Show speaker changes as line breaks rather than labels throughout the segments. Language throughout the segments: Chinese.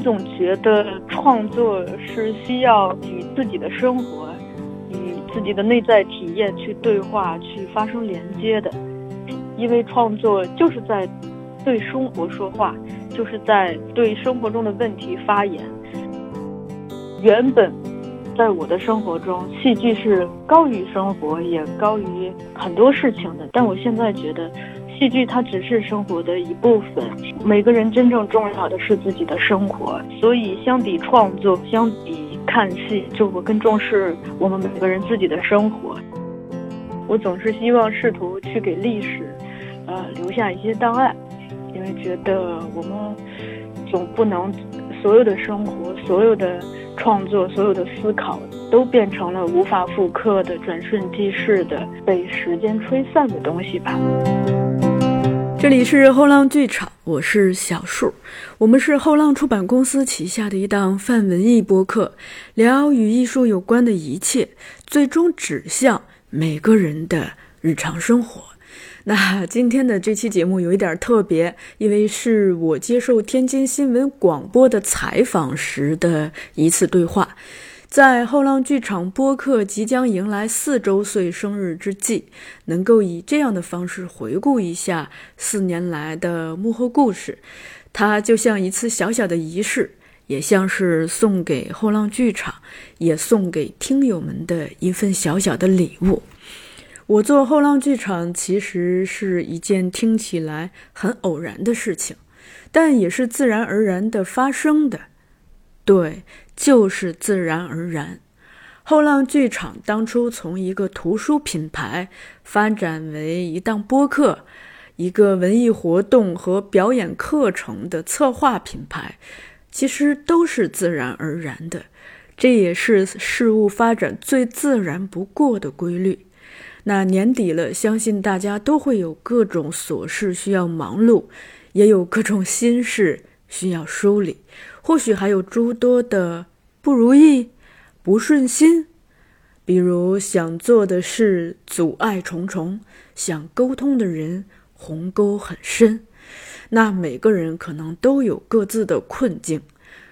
总觉得创作是需要与自己的生活、与自己的内在体验去对话、去发生连接的，因为创作就是在对生活说话，就是在对生活中的问题发言。原本在我的生活中，戏剧是高于生活，也高于很多事情的。但我现在觉得，戏剧它只是生活的一部分。每个人真正重要的是自己的生活，所以相比创作，相比看戏，就我更重视我们每个人自己的生活。我总是希望试图去给历史，呃，留下一些档案，因为觉得我们总不能所有的生活、所有的创作、所有的思考都变成了无法复刻的、转瞬即逝的、被时间吹散的东西吧。
这里是后浪剧场，我是小树，我们是后浪出版公司旗下的一档泛文艺播客，聊与艺术有关的一切，最终指向每个人的日常生活。那今天的这期节目有一点特别，因为是我接受天津新闻广播的采访时的一次对话。在后浪剧场播客即将迎来四周岁生日之际，能够以这样的方式回顾一下四年来的幕后故事，它就像一次小小的仪式，也像是送给后浪剧场，也送给听友们的一份小小的礼物。我做后浪剧场其实是一件听起来很偶然的事情，但也是自然而然的发生的。对，就是自然而然。后浪剧场当初从一个图书品牌发展为一档播客，一个文艺活动和表演课程的策划品牌，其实都是自然而然的。这也是事物发展最自然不过的规律。那年底了，相信大家都会有各种琐事需要忙碌，也有各种心事需要梳理。或许还有诸多的不如意、不顺心，比如想做的事阻碍重重，想沟通的人鸿沟很深。那每个人可能都有各自的困境，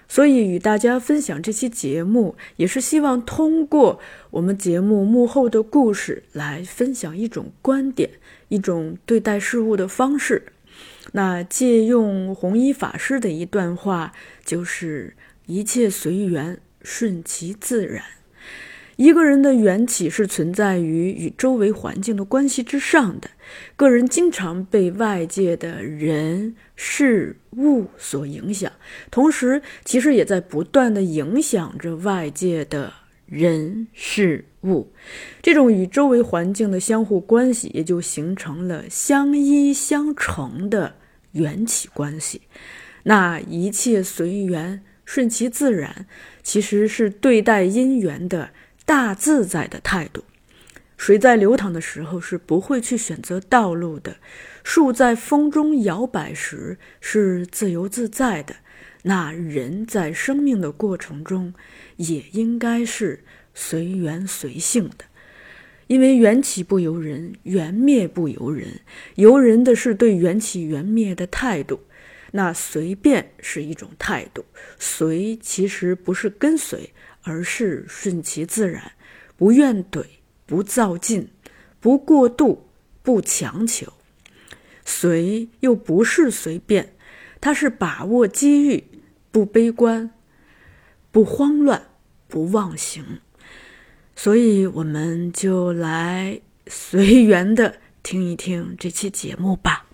所以与大家分享这期节目，也是希望通过我们节目幕后的故事来分享一种观点，一种对待事物的方式。那借用弘一法师的一段话，就是一切随缘，顺其自然。一个人的缘起是存在于与周围环境的关系之上的。个人经常被外界的人事物所影响，同时其实也在不断的影响着外界的人事物。这种与周围环境的相互关系，也就形成了相依相成的缘起关系。那一切随缘，顺其自然，其实是对待因缘的大自在的态度。水在流淌的时候是不会去选择道路的，树在风中摇摆时是自由自在的。那人在生命的过程中，也应该是随缘随性的。因为缘起不由人，缘灭不由人，由人的是对缘起缘灭的态度。那随便是一种态度，随其实不是跟随，而是顺其自然，不怨怼，不造进，不过度，不强求。随又不是随便，它是把握机遇，不悲观，不慌乱，不忘形。所以，我们就来随 缘的听一听这期节目吧。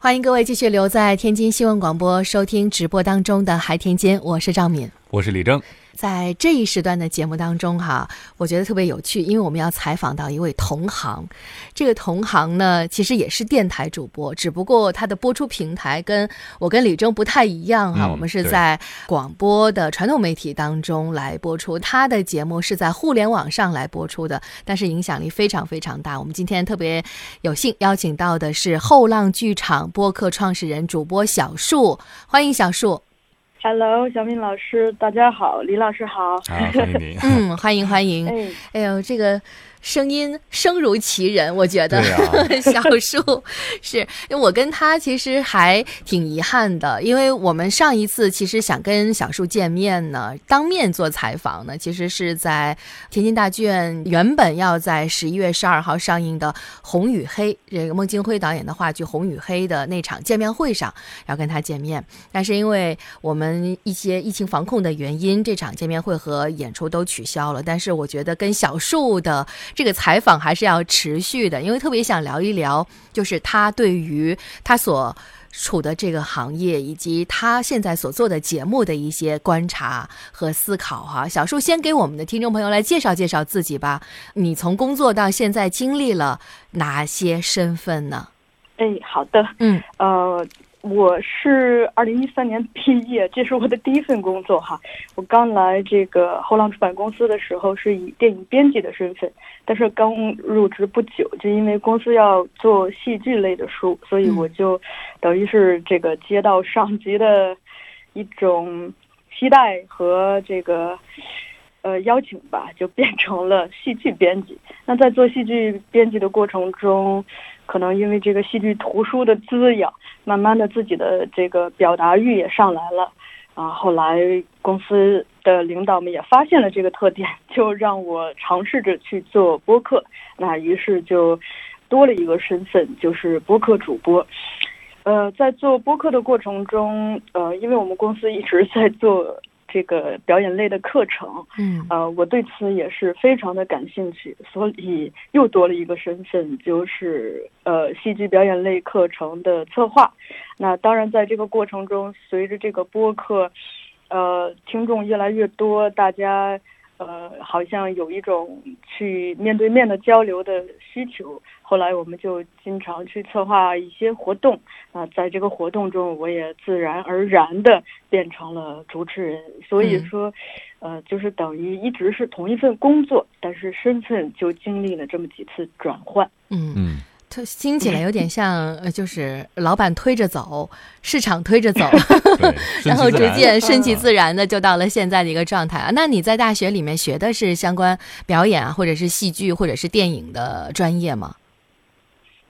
欢迎各位继续留在天津新闻广播收听直播当中的《海天间》，我是赵敏。
我是 李征，
在这一时段的节目当中、哈，我觉得特别有趣，因为我们要采访到一位同行。这个同行呢，其实也是电台主播，只不过他的播出平台跟我跟李征不太一样哈、
嗯
我们是在广播的传统媒体当中来播出，他的节目是在互联网上来播出的，但是影响力非常非常大。我们今天特别有幸邀请到的是后浪剧场播客创始人主播小树，欢迎小树。
Hello，小敏老师，大家好，李老师好。
啊，欢迎你。
嗯，欢迎欢迎。
哎，
哎呦，这个声音声如其人，我觉得、
对
小树是因为我跟他其实还挺遗憾的，因为我们上一次其实想跟小树见面呢，当面做采访呢，其实是在天津大剧院原本要在十一月十二号上映的《红与黑》这个孟京辉导演的话剧《红与黑》的那场见面会上要跟他见面，但是因为我们一些疫情防控的原因，这场见面会和演出都取消了。但是我觉得跟小树的这个采访还是要持续的，因为特别想聊一聊，就是他对于他所。处的这个行业以及他现在所做的节目的一些观察和思考哈、小树先给我们的听众朋友来介绍介绍自己吧。你从工作到现在经历了哪些身份呢？
哎，好的，
嗯，
呃，我是二零一三年毕业，这是我的第一份工作哈。我刚来这个后浪出版公司的时候是以电影编辑的身份，但是刚入职不久，就因为公司要做戏剧类的书，所以
嗯
我就等于是这个接到上级的一种期待和这个。呃，邀请吧，就变成了戏剧编辑。那在做戏剧编辑的过程中，可能因为这个戏剧图书的滋养，慢慢的自己的这个表达欲也上来了，啊，后来公司的领导们也发现了这个特点，就让我尝试着去做播客，那于是就多了一个身份，就是播客主播。呃，在做播客的过程中，呃，因为我们公司一直在做这个表演类的课程，
嗯
呃，我对此也是非常的感兴趣，所以又多了一个身份，就是呃戏剧表演类课程的策划。那当然，在这个过程中，随着这个播客，呃，听众越来越多，大家呃好像有一种去面对面的交流的需求。后来我们就经常去策划一些活动，啊、在这个活动中，我也自然而然的变成了主持人。所以
嗯
说，呃，就是等于一直是同一份工作，但是身份就经历了这么几次转换。
嗯，
嗯，
它听起来有点像，呃，就是老板推着走，市场推着走，
对，
然后逐
顺其自
渐
然
顺其自然的就到了现在的一个状态啊。那你在大学里面学的是相关表演啊，或者是戏剧，或者是电影的专业吗？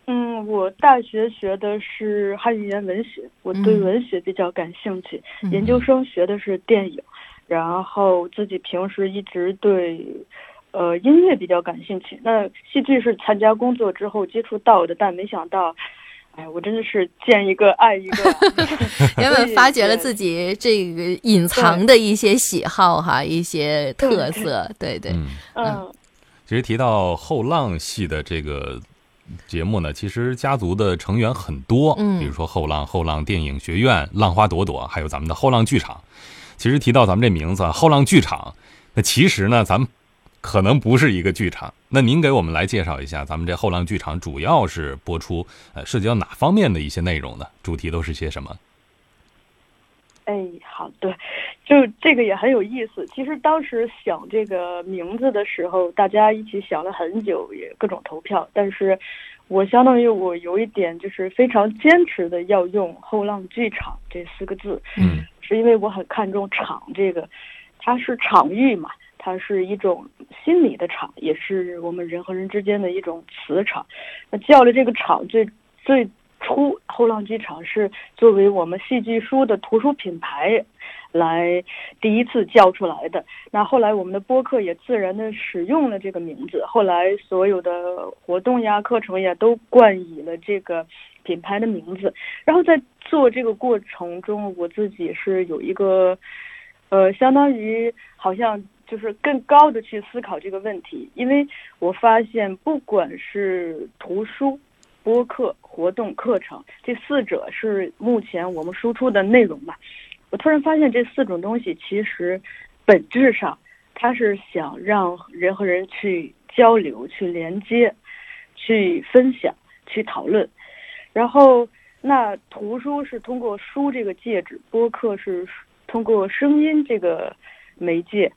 嗯，我大学学的是汉语言文学，我对
嗯
文学比较感兴趣。
嗯
研究生学的是电影，然后自己平时一直对呃音乐比较感兴趣。那戏剧是参加工作之后接触到的，但没想到，哎，我真的是见一个爱一个啊。
原本发掘了自己这个隐藏的一些喜好哈，一些特色，对对，
嗯，
嗯，
其实提到后浪系的这个节目呢，其实家族的成员很多，
嗯
比如说后浪、后浪电影学院、浪花朵朵，还有咱们的后浪剧场。其实提到咱们这名字啊，后浪剧场，那其实呢，咱们可能不是一个剧场。那您给我们来介绍一下，咱们这后浪剧场主要是播出呃涉及到哪方面的一些内容呢？主题都是些什么？
哎，好的，就这个也很有意思。其实当时想这个名字的时候，大家一起想了很久，也各种投票。但是，我相当于我有一点就是非常坚持的要用“后浪剧场”这四个字，
嗯
是因为我很看重“场”这个，它是场域嘛，它是一种心理的场，也是我们人和人之间的一种磁场。那叫了这个场最最初后浪剧场是作为我们戏剧书的图书品牌来第一次叫出来的。那后来我们的播客也自然的使用了这个名字，后来所有的活动呀、课程呀都冠以了这个品牌的名字。然后在做这个过程中，我自己是有一个，呃，相当于好像就是更高的去思考这个问题，因为我发现不管是图书。播客、活动、课程，这四者是目前我们输出的内容吧。我突然发现这四种东西其实本质上它是想让人和人去交流、去连接、去分享、去讨论。然后，那图书是通过书这个介质，播客是通过声音这个媒介，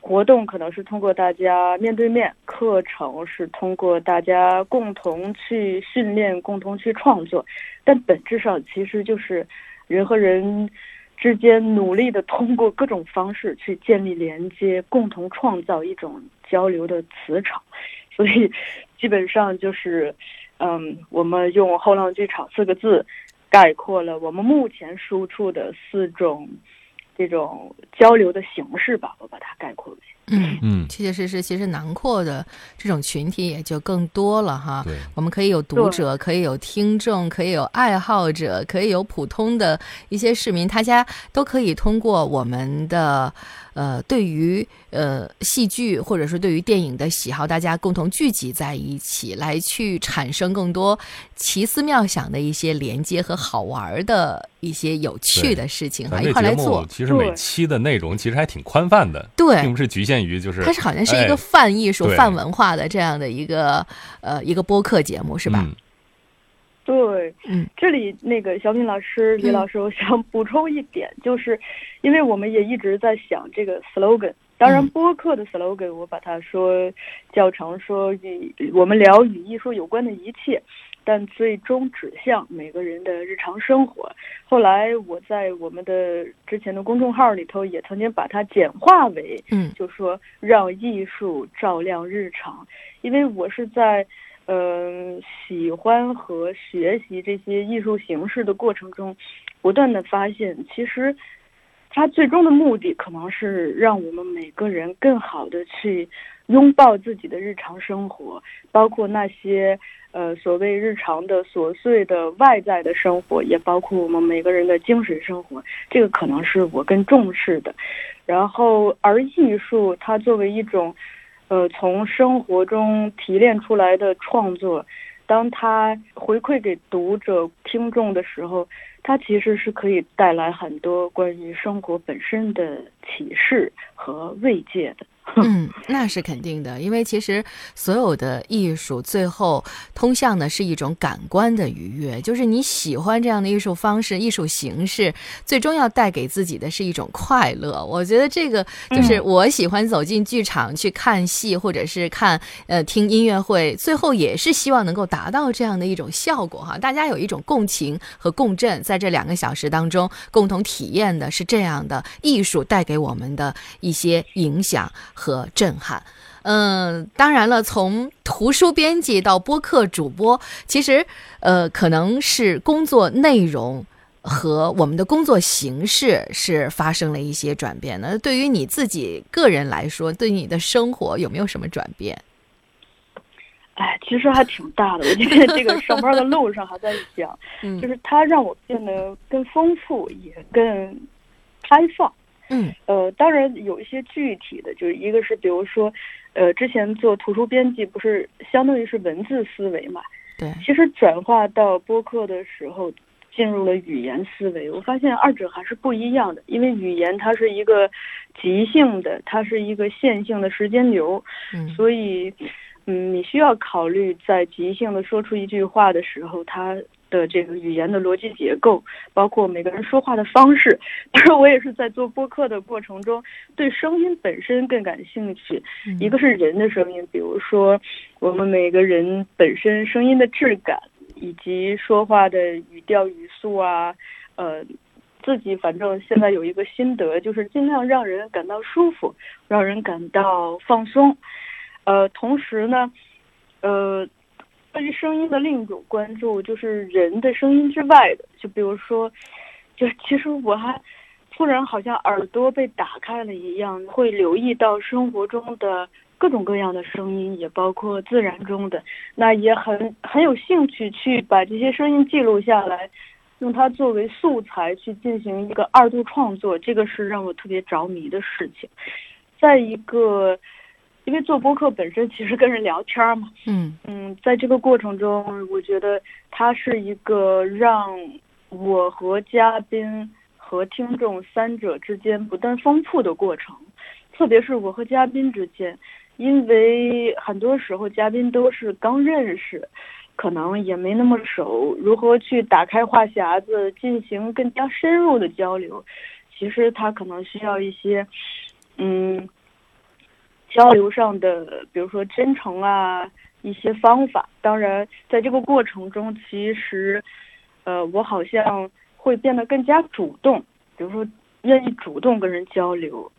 活动可能是通过大家面对面，课程是通过大家共同去训练、共同去创作，但本质上其实就是人和人之间努力的通过各种方式去建立连接，共同创造一种交流的磁场。所以，基本上就是，嗯，我们用“后浪剧场”四个字，概括了我们目前输出的四种这种交流的形式吧，我把它概括为。
嗯。
嗯，
确确实实，其实囊括的这种群体也就更多了哈。
对，
我们可以有读者，可以有听众，可以有爱好者，可以有普通的一些市民，大家都可以通过我们的呃对于呃戏剧或者是对于电影的喜好，大家共同聚集在一起，来去产生更多奇思妙想的一些连接和好玩儿的一些有趣的事情哈，
咱
一
这
块儿
节
来
目
做。
其实每
对
期的内容其实还挺宽泛的，
对，
并不是局限于就是
它是好像是一
哎
个泛艺术、
对
泛文化的这样的一个呃一个播客节目，是吧？
嗯
对，
嗯，
这里那个小敏老师、李
嗯
老师，我想补充一点， 就是因为我们也一直在想这个 slogan。当然
嗯，
播客的 slogan 我把它说叫成说与我们聊与艺术有关的一切，但最终指向每个人的日常生活。后来我在我们的之前的公众号里头也曾经把它简化为
嗯
就说让艺术照亮日常，因为我是在，嗯、喜欢和学习这些艺术形式的过程中，不断的发现，其实它最终的目的可能是让我们每个人更好的去拥抱自己的日常生活，包括那些呃所谓日常的琐碎的外在的生活，也包括我们每个人的精神生活，这个可能是我更重视的。然后，而艺术它作为一种，呃，从生活中提炼出来的创作，当它回馈给读者、听众的时候，它其实是可以带来很多关于生活本身的启示和慰藉的。
嗯，那是肯定的，因为其实所有的艺术最后通向的是一种感官的愉悦，就是你喜欢这样的艺术方式、艺术形式，最终要带给自己的是一种快乐。我觉得这个就是我喜欢走进剧场去看戏，或者是看呃听音乐会，最后也是希望能够达到这样的一种效果哈。大家有一种共情和共振，在这两个小时当中，共同体验的是这样的艺术带给我们的一些影响和震撼。嗯，当然了，从图书编辑到播客主播，其实呃，可能是工作内容和我们的工作形式是发生了一些转变的。对于你自己个人来说，对你的生活有没有什么转变？
哎，其实还挺大的。我今天这个上班的路上还在想，
嗯
就是它让我变得更丰富，也更开放。
嗯
呃，当然有一些具体的，就是一个是比如说，呃，之前做图书编辑不是相当于是文字思维嘛，
对，
其实转化到播客的时候，进入了语言思维，我发现二者还是不一样的，因为语言它是一个即兴的，它是一个线性的时间流，
嗯
所以，嗯，你需要考虑在即兴的说出一句话的时候，它的这个语言的逻辑结构，包括每个人说话的方式。 当然，我也是在做播客的过程中，对声音本身更感兴趣。
嗯
一个是人的声音，比如说我们每个人本身声音的质感，以及说话的语调、语速啊，呃。自己反正现在有一个心得，就是尽量让人感到舒服，让人感到放松。呃，同时呢，呃，关于声音的另一种关注就是人的声音之外的，就比如说，就其实我还突然好像耳朵被打开了一样，会留意到生活中的各种各样的声音，也包括自然中的。那也很很有兴趣去把这些声音记录下来。用它作为素材去进行一个二度创作，这个是让我特别着迷的事情。再一个，因为做播客本身其实跟人聊天儿嘛，
嗯
嗯，在这个过程中，我觉得它是一个让我和嘉宾和听众三者之间不断丰富的过程，特别是我和嘉宾之间，因为很多时候嘉宾都是刚认识，可能也没那么熟，如何去打开话匣子，进行更加深入的交流，其实他可能需要一些，嗯，交流上的，比如说真诚啊，一些方法。当然，在这个过程中，其实，呃，我好像会变得更加主动，比如说愿意主动跟人交流。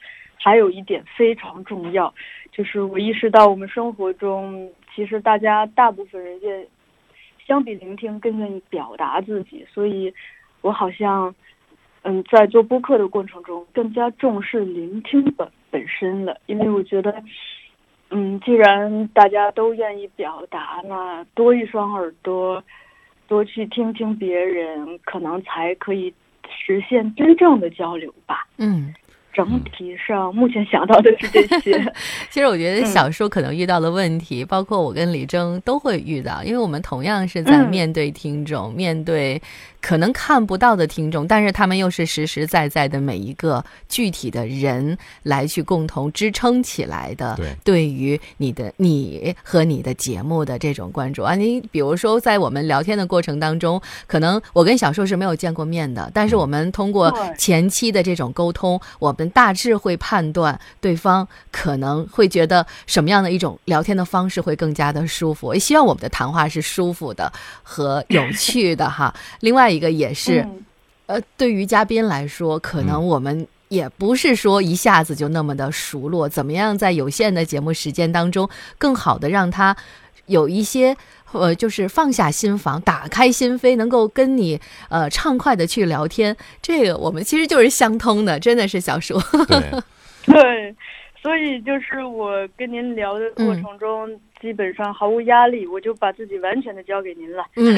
还有一点非常重要，就是我意识到我们生活中，其实大家大部分人愿相比聆听更愿意表达自己，所以我好像嗯，在做播客的过程中更加重视聆听本本身了，因为我觉得嗯，既然大家都愿意表达，那多一双耳朵，多去听听别人，可能才可以实现真正的交流吧。
嗯。
整体上，目前想到的是这些。
其实我觉得小说可能遇到的问题，嗯、包括我跟李征都会遇到，因为我们同样是在面对听众，嗯、面对可能看不到的听众，但是他们又是实实在在的每一个具体的人来去共同支撑起来的。
对，
对于你的你和你的节目的这种关注啊，你比如说在我们聊天的过程当中，可能我跟小说是没有见过面的，但是我们通过前期的这种沟通，我。大致会判断对方可能会觉得什么样的一种聊天的方式会更加的舒服。也希望我们的谈话是舒服的和有趣的哈。另外一个也 是，
嗯、
呃，对于嘉宾来说，可
嗯
能我们也不是说一下子就那么的熟络，怎么样在有限的节目时间当中，更好的让他有一些。呃，就是放下心房，打开心扉，能够跟你呃畅快的去聊天，这个我们其实就是相通的，真的是小说。
嗯对,
对，所以就是我跟您聊的过程中，嗯、基本上毫无压力，我就把自己完全的交给您了。
嗯，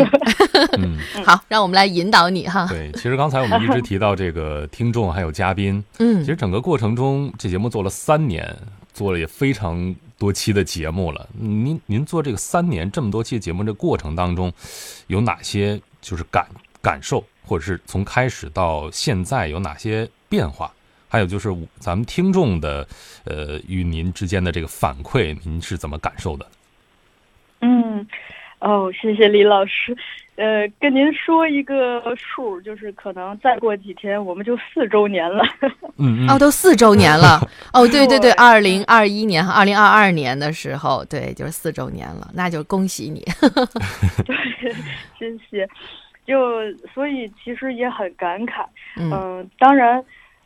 嗯
好，让我们来引导你哈。
对，其实刚才我们一直提到这个听众还有嘉宾，
嗯，
其实整个过程中，这节目做了三年，做了也非常。多期的节目了，您您做这个三年这么多期节目这过程当中，有哪些就是感感受，或者是从开始到现在有哪些变化？还有就是咱们听众的呃与您之间的这个反馈，您是怎么感受的？
嗯，哦，谢谢李老师，呃，跟您说一个数，就是可能再过几天我们就四周年了。
嗯,嗯，
哦，都四周年 了。哦，对对对，二零二一年和二零二二年的时候，对，就是四周年了，那就恭喜你。
对，谢谢。就所以其实也很感慨。
嗯、
呃，当然，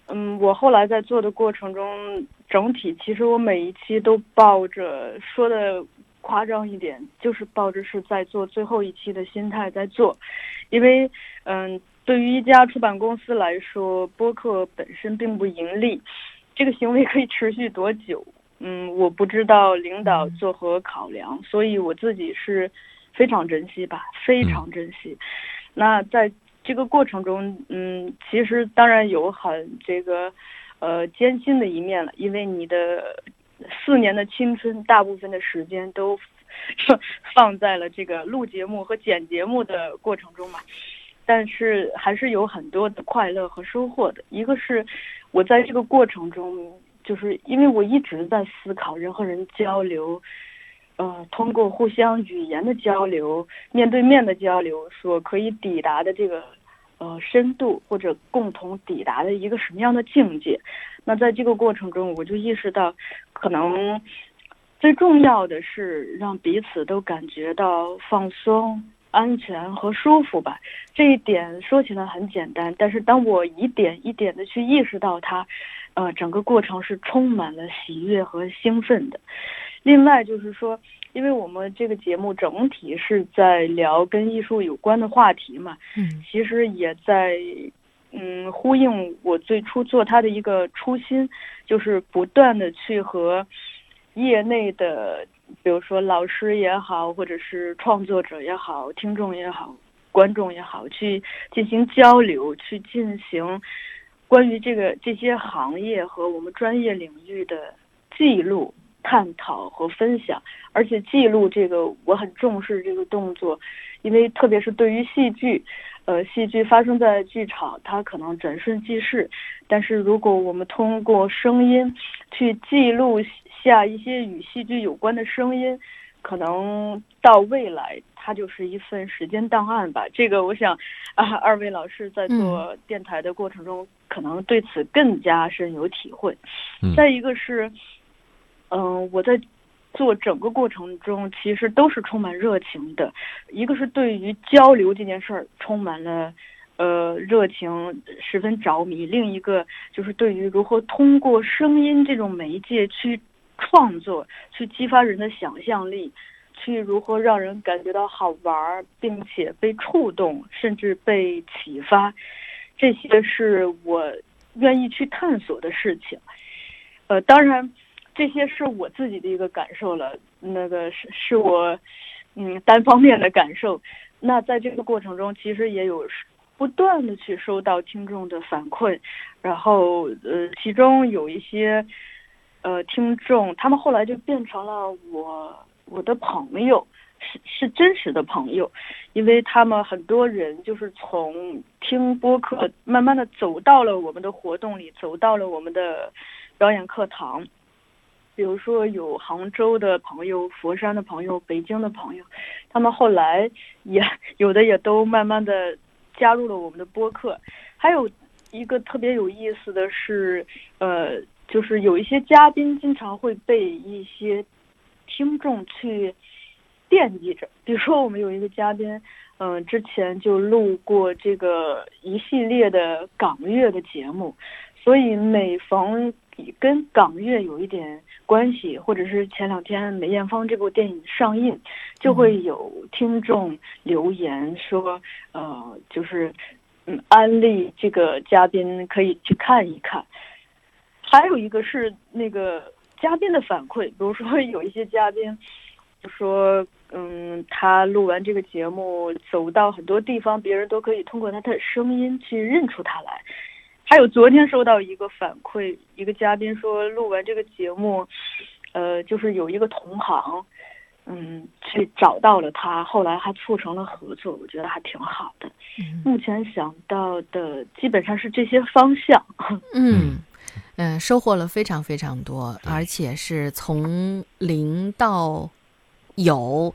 嗯，我后来在做的过程中，整体其实我每一期都抱着说的夸张一点，就是抱着是在做最后一期的心态在做，因为嗯。呃对于一家出版公司来说，播客本身并不盈利，这个行为可以持续多久？嗯，我不知道领导作何考量，所以我自己是非常珍惜吧，非常珍惜。那在这个过程中，嗯，其实当然有很这个呃艰辛的一面了，因为你的四年的青春，大部分的时间都 放在了这个录节目和剪节目的过程中嘛。但是还是有很多的快乐和收获的。一个是我在这个过程中，就是因为我一直在思考人和人交流，呃，通过互相语言的交流、面对面的交流所可以抵达的这个呃深度，或者共同抵达的一个什么样的境界。那在这个过程中，我就意识到，可能最重要的是让彼此都感觉到放松。安全和舒服吧，这一点说起来很简单，但是当我一点一点的去意识到它，呃，整个过程是充满了喜悦和兴奋的。另外就是说，因为我们这个节目整体是在聊跟艺术有关的话题嘛，
嗯，
其实也在嗯呼应我最初做它的一个初心，就是不断的去和业内的。比如说老师也好，或者是创作者也好，听众也好，观众也好，去进行交流，去进行关于这个这些行业和我们专业领域的记录、探讨和分享。而且记录这个我很重视这个动作，因为特别是对于戏剧，呃，戏剧发生在剧场，它可能转瞬即逝，但是如果我们通过声音去记录。下一些与戏剧有关的声音，可能到未来它就是一份时间档案吧。这个我想，啊，二位老师在做电台的过程中，
嗯、
可能对此更加深有体会。
嗯、
再一个是，嗯、呃，我在做整个过程中，其实都是充满热情的。一个是对于交流这件事儿充满了呃热情十分着迷，另一个就是对于如何通过声音这种媒介去创作，去激发人的想象力，去如何让人感觉到好玩儿，并且被触动，甚至被启发，这些是我愿意去探索的事情。呃，当然，这些是我自己的一个感受了，那个是是我嗯单方面的感受。那在这个过程中，其实也有不断的去收到听众的反馈，然后呃，其中有一些呃听众，他们后来就变成了我我的朋友，是是真实的朋友，因为他们很多人就是从听播客慢慢的走到了我们的活动里，走到了我们的表演课堂。比如说有杭州的朋友、佛山的朋友、北京的朋友，他们后来也有的也都慢慢的加入了我们的播客。还有一个特别有意思的是，呃，就是有一些嘉宾经常会被一些听众去惦记着。比如说我们有一个嘉宾，嗯、呃，之前就录过这个一系列的港乐的节目，所以每逢跟港乐有一点关系，或者是前两天梅艳芳这部电影上映，就会有听众留言说，呃，就是嗯，安利这个嘉宾可以去看一看。还有一个是那个嘉宾的反馈，比如说有一些嘉宾就说，嗯，他录完这个节目，走到很多地方，别人都可以通过他的声音去认出他来。还有昨天收到一个反馈，一个嘉宾说录完这个节目，呃，就是有一个同行，嗯，去找到了他，后来还促成了合作，我觉得还挺好的。目前想到的基本上是这些方向。
嗯嗯，收获了非常非常多，而且是从零到有。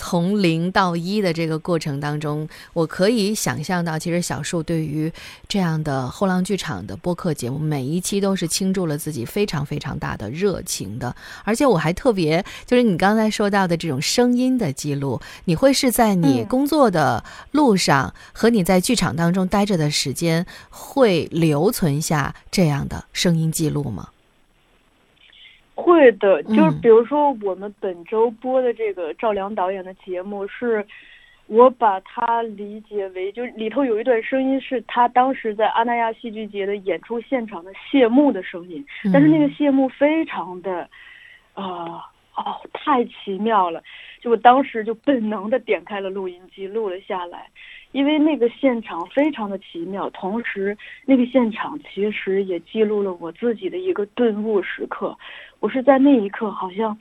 从零到一的这个过程当中，我可以想象到，其实小树对于这样的后浪剧场的播客节目，每一期都是倾注了自己非常非常大的热情的。而且我还特别，就是你刚才说到的这种声音的记录，你会是在
嗯
你工作的路上和你在剧场当中待着的时间，会留存下这样的声音记录吗？
会的，就是比如说我们本周播的这个赵良导演的节目是，我把它理解为，就是里头有一段声音是他当时在阿那亚戏剧节的演出现场的谢幕的声音，但是那个谢幕非常的，啊、呃、哦，太奇妙了！就我当时就本能的点开了录音机录了下来，因为那个现场非常的奇妙，同时那个现场其实也记录了我自己的一个顿悟时刻。我是在那一刻，好像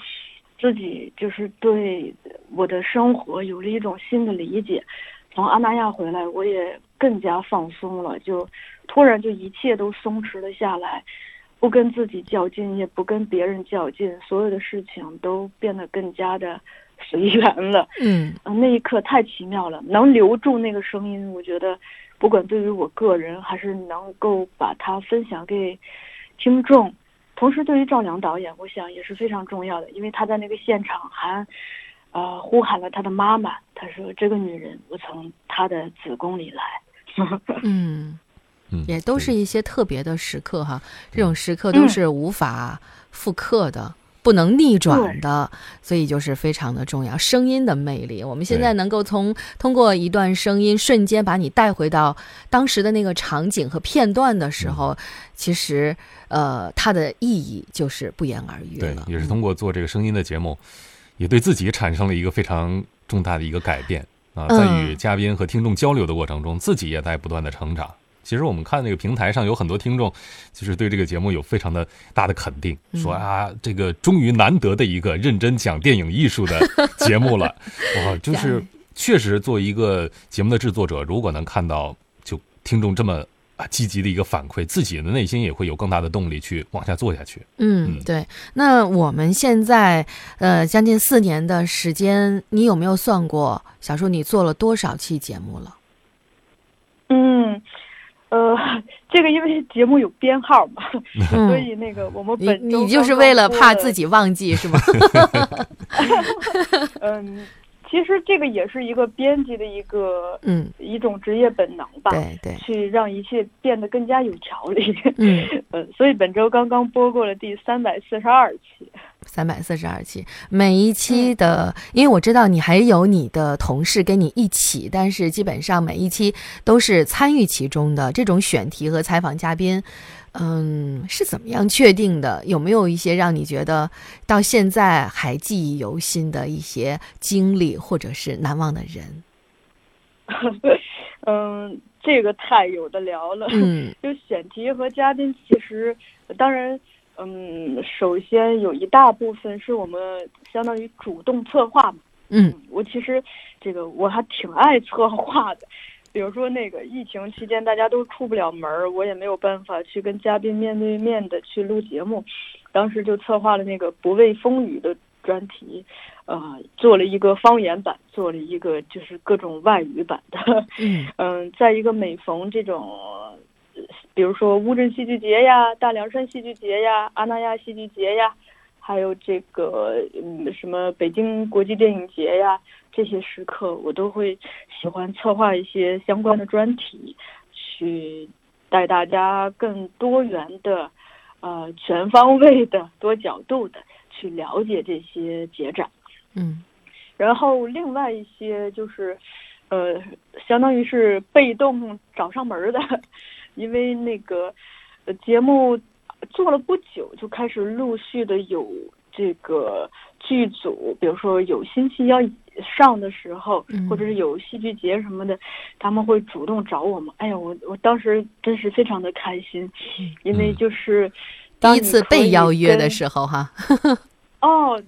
自己就是对我的生活有了一种新的理解。从阿那亚回来，我也更加放松了，就突然就一切都松弛了下来，不跟自己较劲，也不跟别人较劲，所有的事情都变得更加的随缘了。
嗯、
呃，那一刻太奇妙了，能留住那个声音，我觉得不管对于我个人，还是能够把它分享给听众。同时，对于赵良导演，我想也是非常重要的，因为他在那个现场还，呃，呼喊了他的妈妈。他说：“这个女人，我从她的子宫里来。
嗯”
嗯，
也都是一些特别的时刻哈，这种时刻
嗯
都是无法复刻的。不能逆转的，所以就是非常的重要。声音的魅力，我们现在能够从通过一段声音瞬间把你带回到当时的那个场景和片段的
嗯
时候，其实呃，它的意义就是不言而喻
对
了，。嗯
也是通过做这个声音的节目，也对自己产生了一个非常重大的一个改变啊，
嗯
在与嘉宾和听众交流的过程中，自己也在不断的成长。其实我们看那个平台上有很多听众，就是对这个节目有非常的大的肯定，说
嗯
啊，这个终于难得的一个认真讲电影艺术 的节目了，哇，就是确实作为一个节目的制作者，如果能看到就听众这么啊积极的一个反馈，自己的内心也会有更大的动力去往下做下去。
嗯，
嗯
对。那我们现在呃将近四年的时间，你有没有算过小树你做了多少期节目 了？
嗯，呃，这个因为节目有编号嘛，
嗯
所以那个 我们
你
本周
你就是为了怕自
己。
己忘记是吗？
嗯，其实这个也是一个编辑的一个
嗯，
一种职业本能吧，
对对，
去让一切变得更加有条理。
嗯，
呃，所以本周刚刚播过了第三百四十二期。
三百四十二期，每一期
嗯
的，因为我知道你还有你的同事跟你一起，但是基本上每一期都是参与其中的。这种选题和采访嘉宾，嗯，是怎么样确定的？有没有一些让你觉得到现在还记忆犹新的一些经历，或者是难忘的人？
嗯，这个太有的聊了。
嗯
就选题和嘉宾，其实呃当然，嗯，首先有一大部分是我们相当于主动策划嘛。
嗯
嗯我其实这个我还挺爱策划的，比如说那个疫情期间大家都出不了门儿，我也没有办法去跟嘉宾面对面的去录节目，当时就策划了那个不畏风雨的专题，呃，做了一个方言版，做了一个就是各种外语版的。
嗯
嗯，在一个每逢这种，呃比如说乌镇戏剧节呀、大凉山戏剧节呀、阿那亚戏剧节呀，还有这个嗯什么北京国际电影节呀，这些时刻，我都会喜欢策划一些相关的专题，去带大家更多元的、呃全方位的、多角度的去了解这些节展。
嗯
然后另外一些就是，呃，相当于是被动找上门儿的， 因为那个、呃、节目做了不久，就开始陆续的有这个剧组，比如说有新戏要上的时候，
嗯
或者是有戏剧节什么的，他们会主动找我们。哎呀，我我当时真是非常的开心，因为
嗯
就是
第
当
一
你
次
可
被
以
邀约的
跟
时候哈，
哦，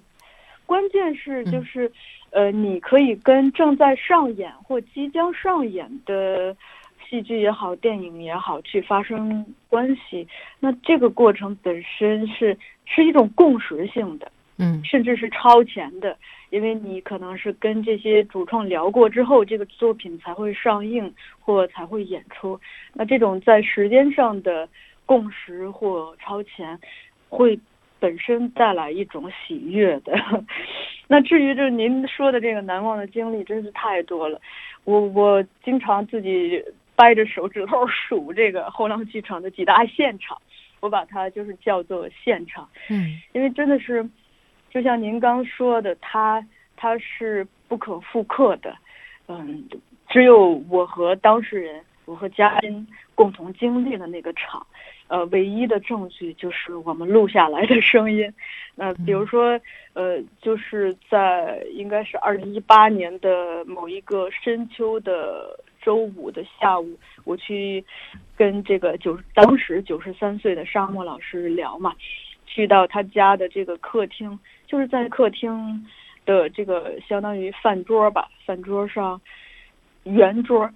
关键是
嗯
就是，呃，你可以跟正在上演或即将上演的戏剧也好、电影也好去发生关系。那这个过程本身是是一种共识性的，
嗯
甚至是超前的，因为你可能是跟这些主创聊过之后，这个作品才会上映或才会演出。那这种在时间上的共识或超前，会本身带来一种喜悦的。 那至于就是您说的这个难忘的经历，真是太多了。我我经常自己掰着手指头数这个后浪剧场的几大现场，我把它就是叫做现场。
嗯
因为真的是，就像您刚说的，它它是不可复刻的，嗯，只有我和当事人，我和嘉宾共同经历了那个场，呃，唯一的证据就是我们录下来的声音。 那、比如说，呃，就是在应该是二零一八年的某一个深秋的周五的下午，我去跟这个九当时九十三岁的沙漠老师聊嘛，去到他家的这个客厅，就是在客厅的这个相当于饭桌吧，饭桌上圆桌，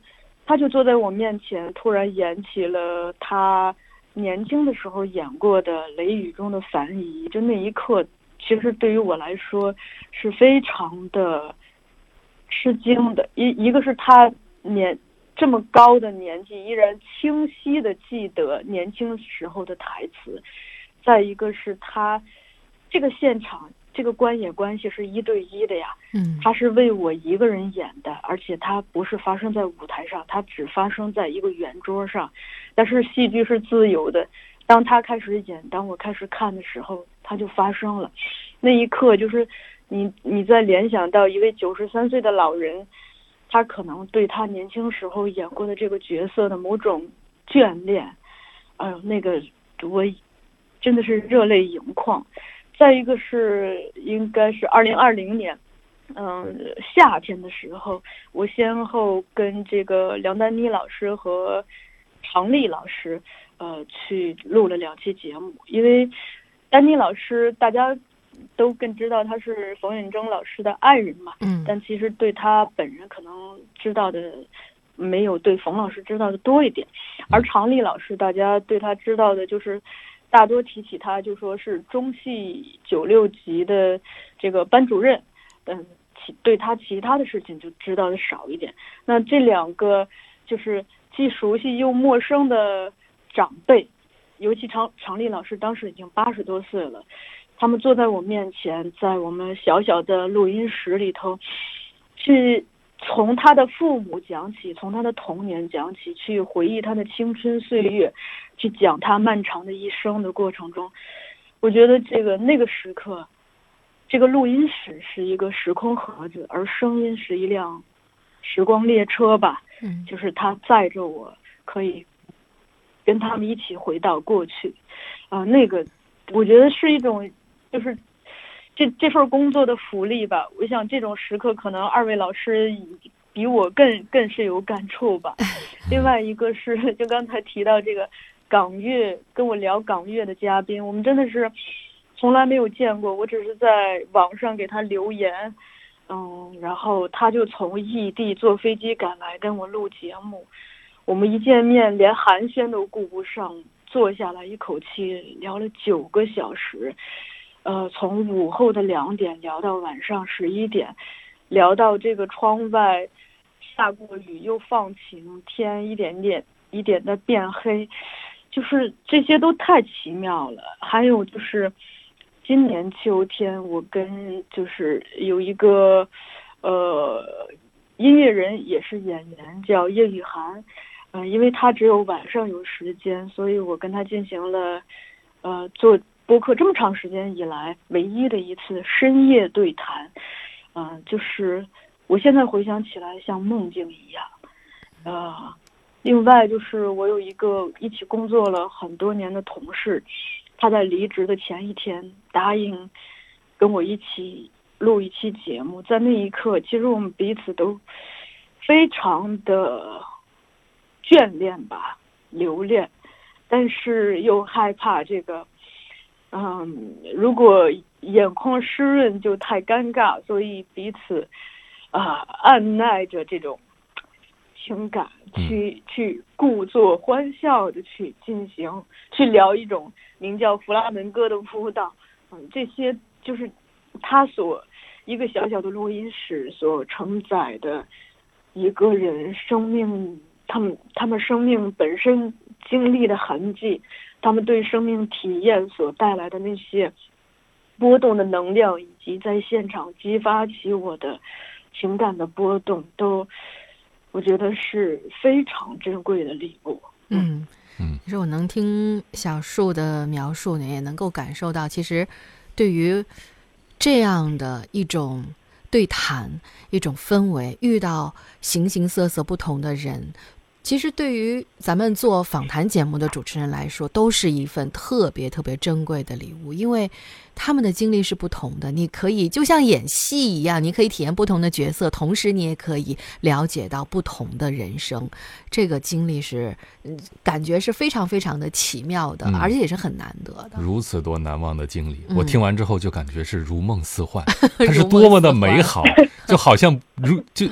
他就坐在我面前，突然演起了他年轻的时候演过的《雷雨中的梵疑》，就那一刻，其实对于我来说是非常的吃惊的。一一个是他年这么高的年纪，依然清晰的记得年轻时候的台词，再一个是他这个现场。这个观演关系是一对一的呀，
嗯
它是为我一个人演的，而且它不是发生在舞台上，它只发生在一个圆桌上。但是戏剧是自由的，当他开始演，当我开始看的时候，它就发生了。那一刻，就是你你在联想到一位九十三岁的老人，他可能对他年轻时候演过的这个角色的某种眷恋，哎呦，那个我真的是热泪盈眶。再一个是应该是二零二零年。嗯，夏天的时候，我先后跟这个梁丹妮老师和常丽老师，呃，去录了两期节目。因为丹妮老师大家都更知道她是冯远征老师的爱人嘛，
嗯
但其实对他本人可能知道的没有对冯老师知道的多一点，而常丽老师大家对他知道的就是大多提起他就说是中戏九六级的这个班主任，嗯，其对他其他的事情就知道的少一点。那这两个就是既熟悉又陌生的长辈，尤其常常丽老师当时已经八十多岁了，他们坐在我面前，在我们小小的录音室里头，去从他的父母讲起，从他的童年讲起，去回忆他的青春岁月，去讲他漫长的一生的过程中，我觉得这个那个时刻，这个录音室是一个时空盒子，而声音是一辆时光列车吧，
嗯
就是它载着我，可以跟他们一起回到过去，啊、那个我觉得是一种，就是这这份工作的福利吧。我想这种时刻，可能二位老师以比我更更是有感触吧。另外一个是，就刚才提到这个港乐，跟我聊港乐的嘉宾，我们真的是从来没有见过，我只是在网上给他留言。嗯，然后他就从异地坐飞机赶来跟我录节目，我们一见面连寒暄都顾不上，坐下来一口气聊了九个小时，呃，从午后的两点聊到晚上十一点，聊到这个窗外下过雨又放晴，天一点点一点的变黑，就是这些都太奇妙了。还有就是，今年秋天我跟就是有一个呃音乐人也是演员叫叶雨涵，嗯、因为他只有晚上有时间，所以我跟他进行了呃做播客这么长时间以来唯一的一次深夜对谈，嗯、就是我现在回想起来像梦境一样，呃，另外就是我有一个一起工作了很多年的同事，他在离职的前一天答应跟我一起录一期节目，在那一刻，其实我们彼此都非常的眷恋吧，留恋，但是又害怕这个，嗯，如果眼眶湿润就太尴尬，所以彼此啊、按耐着这种情感，
嗯
去去故作欢笑的去进行，去聊一种名叫弗拉门戈的舞蹈，嗯，这些就是他所一个小小的录音室所承载的一个人生命，他们他们生命本身经历的痕迹，他们对生命体验所带来的那些波动的能量，以及在现场激发起我的情感的波动，都我觉得是非常珍贵的礼物。
嗯
嗯，
其实我能听小树的描述呢，也能够感受到，其实对于这样的一种对谈、一种氛围，遇到形形色色不同的人，其实对于咱们做访谈节目的主持人来说，都是一份特别特别珍贵的礼物，因为他们的经历是不同的。你可以就像演戏一样，你可以体验不同的角色，同时你也可以了解到不同的人生。这个经历是，嗯感觉是非常非常的奇妙的，
嗯
而且也是很难得的。
如此多难忘的经历，
嗯
我听完之后就感觉是如梦似 幻，
如梦似幻
它是多么的 美好，就好像如就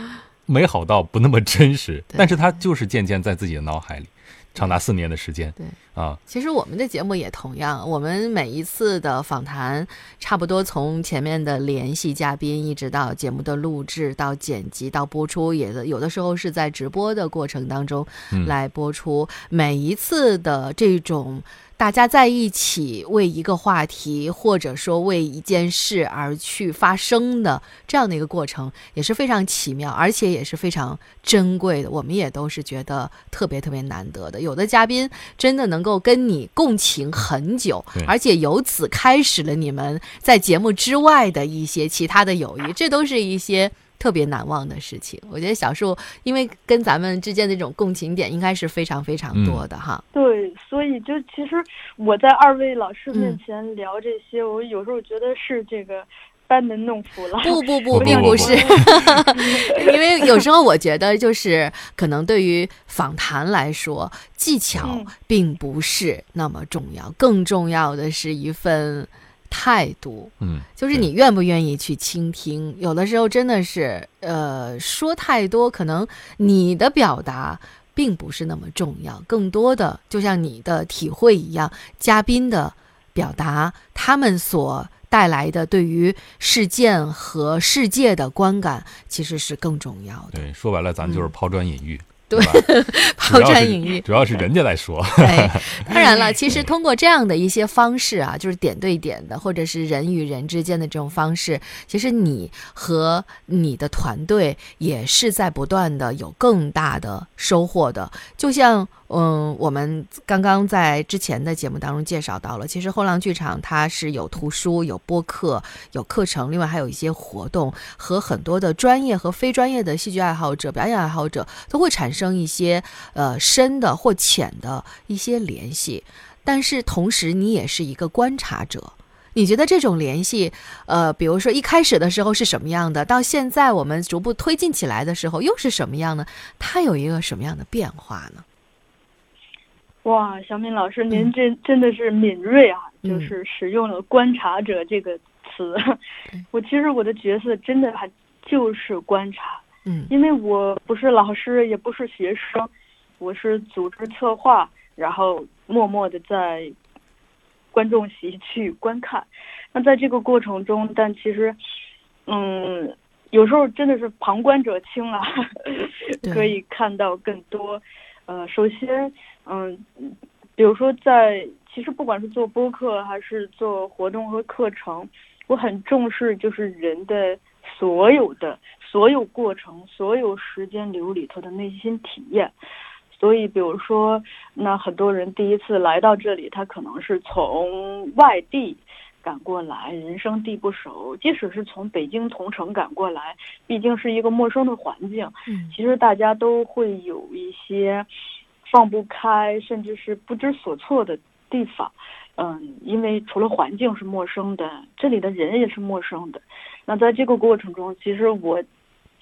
美好到不那么真实，
对
但是它就是渐渐在自己的脑海里，长达四年的时间，
对
啊，
其实我们的节目也同样，我们每一次的访谈，差不多从前面的联系嘉宾，一直到节目的录制、到剪辑、到播出，也有的时候是在直播的过程当中
嗯
来播出。每一次的这种大家在一起为一个话题，或者说为一件事而去发声的这样的一个过程，也是非常奇妙，而且也是非常珍贵的。我们也都是觉得特别特别难得的。有的嘉宾真的能够跟你共情很久
对，
而且由此开始了你们在节目之外的一些其他的友谊，这都是一些。特别难忘的事情，我觉得小树因为跟咱们之间的这种共情点应该是非常非
嗯
常多的哈。
对，所以就其实我在二位老师面
嗯
前聊这些，我有时候觉得是这个班门弄斧了。
不不
不
不，
不
并
不
是， 因为有时候我觉得就是可能对于访谈来说，技巧
嗯
并不是那么重要，更重要的是一份态度。
嗯，
就是你愿不愿意去倾听？有的时候真的是，呃，说太多，可能你的表达并不是那么重要，更多的就像你的体会一样，嘉宾的表达，他们所带来的对于事件和世界的观感，其实是更重要的。
对，说白了，咱们就是
嗯
抛砖引玉，
对
是吧？ 主
抛
要
砖
是
引玉。
主要是人家 在说，
哎，当然了， 其实通过这样的一些方式啊，就是点对点的，或者是人与人之间的这种方式，其实你和你的团队也是在不断的有更大的收获的。就像嗯，我们刚刚在之前的节目当中介绍到了，其实后浪剧场它是有图书、有播客、有课程，另外还有一些活动，和很多的专业和非专业的戏剧爱好者、表演爱好者都会产生一些呃深的或浅的一些联系。但是同时，你也是一个观察者。你觉得这种联系，呃，比如说一开始的时候是什么样的，到现在我们逐步推进起来的时候又是什么样呢？它有一个什么样的变化呢？
哇，小敏老师，您真真的是敏锐啊！
嗯
就是使用了“观察者”这个词。 我其实我的角色真的还就是观察，
嗯
因为我不是老师，也不是学生，我是组织策划，然后默默的在观众席去观看。那在这个过程中，但其实，嗯，有时候真的是旁观者清了，
对
可以看到更多。呃，首先，嗯，比如说在，其实不管是做播客还是做活动和课程，我很重视就是人的所有的所有过程、所有时间流里头的内心体验。所以，比如说，那很多人第一次来到这里，他可能是从外地赶过来，人生地不熟；即使是从北京同城赶过来，毕竟是一个陌生的环境，
嗯
其实大家都会有一些放不开，甚至是不知所措的地方。嗯，因为除了环境是陌生的，这里的人也是陌生的。那在这个过程中，其实我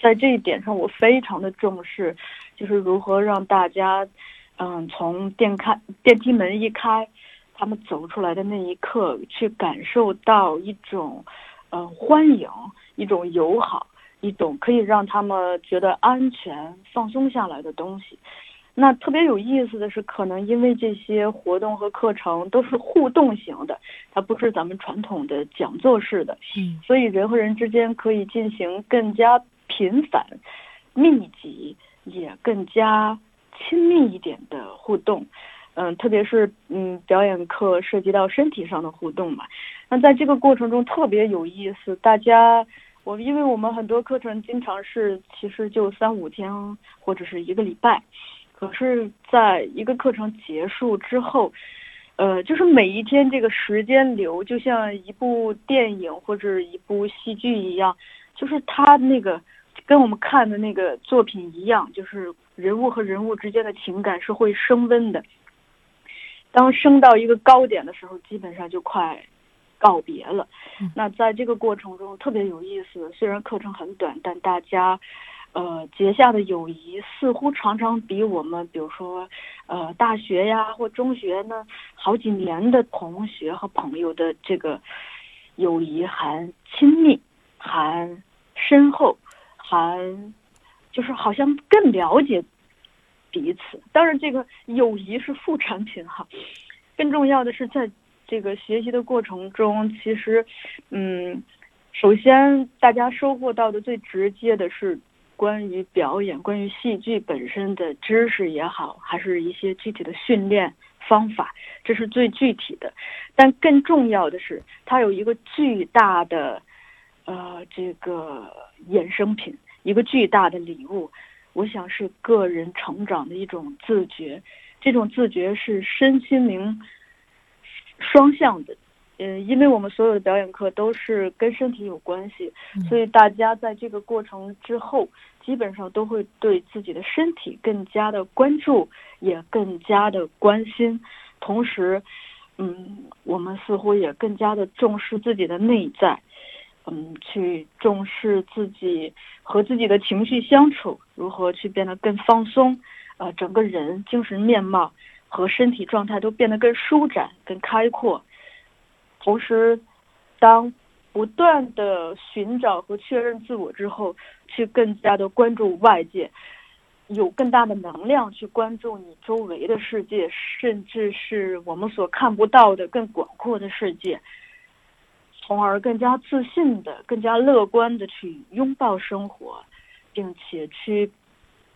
在这一点上我非常的重视，就是如何让大家，嗯，从电开电梯门一开，他们走出来的那一刻，去感受到一种，嗯、欢迎，一种友好。一种可以让他们觉得安全、放松下来的东西。那特别有意思的是，可能因为这些活动和课程都是互动型的，它不是咱们传统的讲座式的，
嗯
所以人和人之间可以进行更加频繁、密集，也更加亲密一点的互动。嗯，特别是嗯，表演课涉及到身体上的互动嘛，那在这个过程中特别有意思。大家，我因为我们很多课程经常是其实就三五天或者是一个礼拜，可是在一个课程结束之后，呃，就是每一天这个时间流，就像一部电影或者一部戏剧一样，就是它那个跟我们看的那个作品一样，就是人物和人物之间的情感是会升温的。当升到一个高点的时候，基本上就快告别了
嗯。
那在这个过程中特别有意思，虽然课程很短，但大家。呃，结下的友谊似乎常常比我们，比如说，呃，大学呀或中学呢，好几年的同学和朋友的这个友谊还亲密，还深厚，还就是好像更了解彼此。当然，这个友谊是副产品哈，更重要的是在这个学习的过程中，其实，嗯，首先大家收获到的最直接的是关于表演、关于戏剧本身的知识也好，还是一些具体的训练方法，这是最具体的。但更重要的是，它有一个巨大的，呃，这个衍生品，一个巨大的礼物。我想是个人成长的一种自觉，这种自觉是身心灵双向的。嗯，因为我们所有的表演课都是跟身体有关系，
嗯
所以大家在这个过程之后，基本上都会对自己的身体更加的关注，也更加的关心。同时，嗯，我们似乎也更加的重视自己的内在，嗯，去重视自己和自己的情绪相处，如何去变得更放松，呃，整个人精神面貌和身体状态都变得更舒展、更开阔。同时，当不断的寻找和确认自我之后，去更加的关注外界，有更大的能量去关注你周围的世界，甚至是我们所看不到的更广阔的世界，从而更加自信的、更加乐观的去拥抱生活，并且去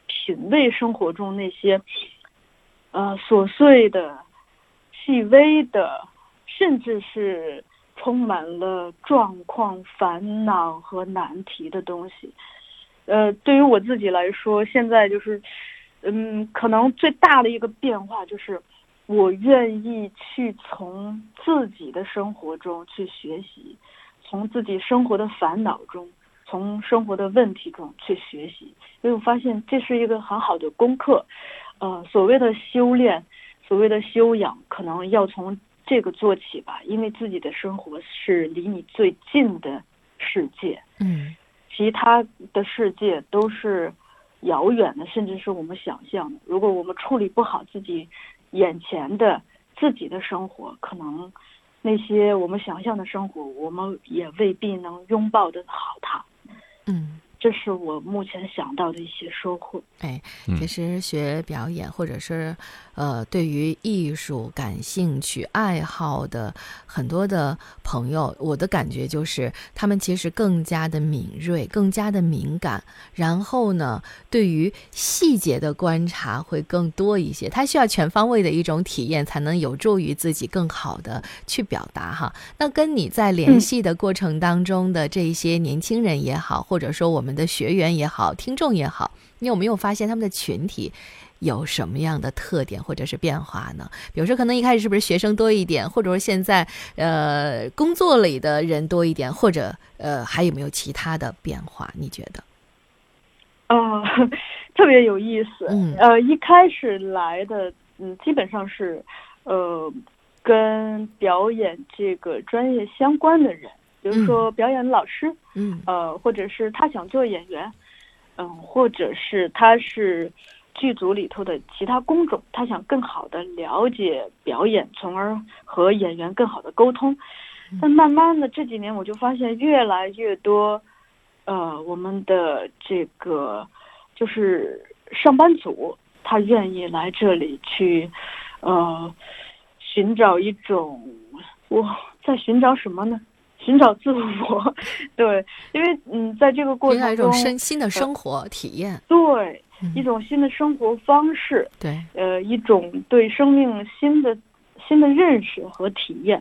品味生活中那些，呃，琐碎的、细微的，甚至是充满了状况、烦恼和难题的东西。呃，对于我自己来说，现在就是，嗯，可能最大的一个变化就是，我愿意去从自己的生活中去学习，从自己生活的烦恼中，从生活的问题中去学习，因为我发现这是一个很好的功课。呃，所谓的修炼，所谓的修养，可能要从这个做起吧，因为自己的生活是离你最近的世界。
嗯
其他的世界都是遥远的，甚至是我们想象的。如果我们处理不好自己眼前的自己的生活，可能那些我们想象的生活，我们也未必能拥抱得好它。
嗯。
这是我目前想到的一些收获。
哎，
嗯
其实学表演或者是呃，对于艺术感兴趣、爱好的很多的朋友，我的感觉就是他们其实更加的敏锐、更加的敏感，然后呢，对于细节的观察会更多一些。他需要全方位的一种体验，才能有助于自己更好的去表达哈。那跟你在联
嗯
系的过程当中的这一些年轻人也好，或者说我们的学员也好、听众也好。你有没有发现他们的群体有什么样的特点或者是变化呢？比如说，可能一开始是不是学生多一点，或者说现在呃工作里的人多一点，或者呃还有没有其他的变化？你觉得？
哦， 特别有意思。
嗯
呃，一开始来的，嗯，基本上是，呃，跟表演这个专业相关的人，比如说表演老师，
嗯
呃，或者是他想做演员，嗯、或者是他是剧组里头的其他工种，他想更好的了解表演，从而和演员更好的沟通。但慢慢的这几年，我就发现越来越多，呃，我们的这个就是上班族，他愿意来这里去，呃，寻找一种我在寻找什么呢？寻找自我， 对，因为嗯，在这个过
另外
程
一种
中，呃
身新的生活体验，
对
嗯
一种新的生活方式，
对，
呃一种对生命新的新的认识和体验。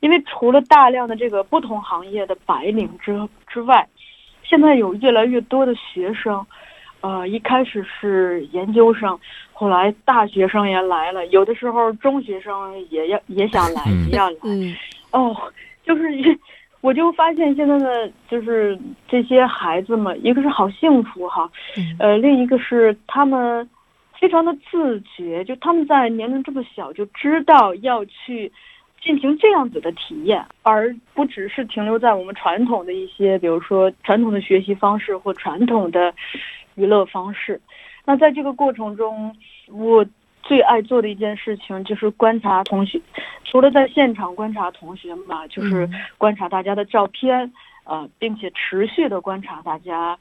因为除了大量的这个不同行业的白领之之外，现在有越来越多的学生，呃，一开始是研究生，后来大学生也来了，有的时候中学生也要也想来，也
嗯
要来。
嗯
哦，就是 一我就发现现在的就是这些孩子们，一个是好幸福哈，
嗯
呃，另一个是他们非常的自觉，就他们在年龄这么小就知道要去进行这样子的体验，而不只是停留在我们传统的一些，比如说传统的学习方式或传统的娱乐方式。那在这个过程中，我最爱做的一件事情就是观察同学，除了在现场观察同学们啊，就是
嗯
观察大家的照片，呃，并且持续的观察大家，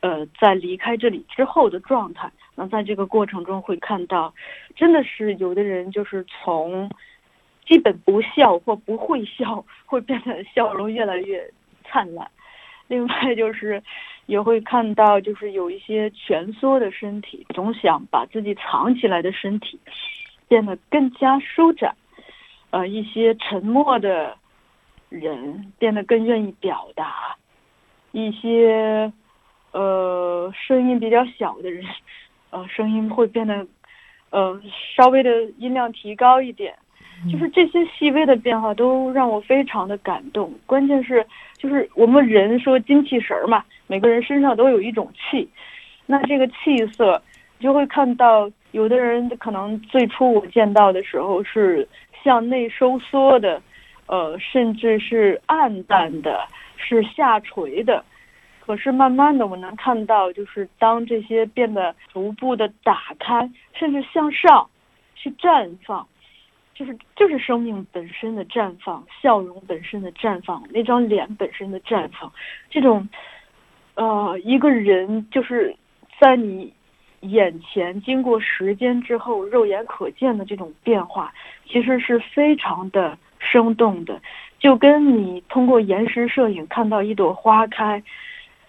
呃，在离开这里之后的状态。那在这个过程中会看到，真的是有的人就是从基本不笑或不会笑，会变得笑容越来越灿烂。另外就是，也会看到就是有一些蜷缩的身体，总想把自己藏起来的身体变得更加舒展。呃，一些沉默的人变得更愿意表达，一些呃声音比较小的人，呃，声音会变得呃稍微的音量提高一点。就是这些细微的变化都让我非常的感动。关键是，就是我们人说精气神儿嘛，每个人身上都有一种气，那这个气色，你就会看到有的人可能最初我见到的时候是向内收缩的，呃，甚至是暗淡的，是下垂的。可是慢慢的，我能看到，就是当这些变得逐步的打开，甚至向上，去绽放，就是就是生命本身的绽放，笑容本身的绽放，那张脸本身的绽放，这种，呃，一个人就是在你眼前经过时间之后肉眼可见的这种变化，其实是非常的生动的，就跟你通过延时摄影看到一朵花开，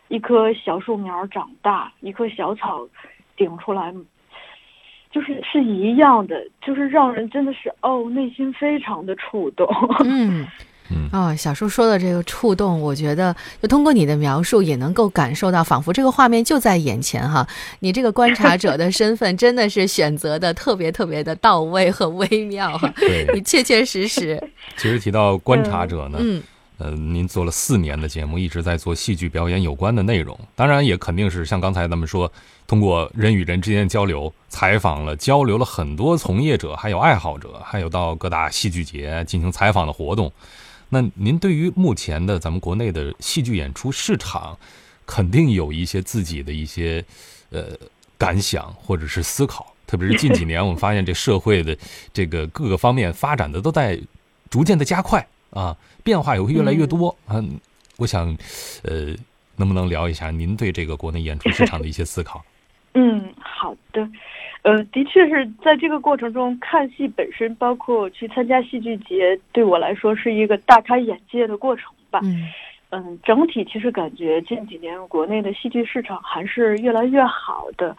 一棵小树苗长大，一棵小草顶出来，就是是一样的，就是让人真的是哦，内心非常的触动。
嗯
嗯
啊、小叔说的这个触动，我觉得就通过你的描述也能够感受到，仿佛这个画面就在眼前哈。你这个观察者的身份真的是选择的特别特别的到位和微妙哈，
对，
你切切实实，
其实提到观察者呢，
嗯
呃，您做了四年的节目，一直在做戏剧表演有关的内容，当然也肯定是像刚才咱们说，通过人与人之间的交流，采访了、交流了很多从业者，还有爱好者，还有到各大戏剧节进行采访的活动。那您对于目前的咱们国内的戏剧演出市场，肯定有一些自己的一些呃感想或者是思考，特别是近几年我们发现这社会的这个各个方面发展的都在逐渐的加快啊，变化也会越来越多嗯，我想，呃，能不能聊一下您对这个国内演出市场的一些思考？
嗯，好的，呃，的确是在这个过程中，看戏本身，包括去参加戏剧节，对我来说是一个大开眼界的过程吧。
嗯
嗯，整体其实感觉近几年国内的戏剧市场还是越来越好的，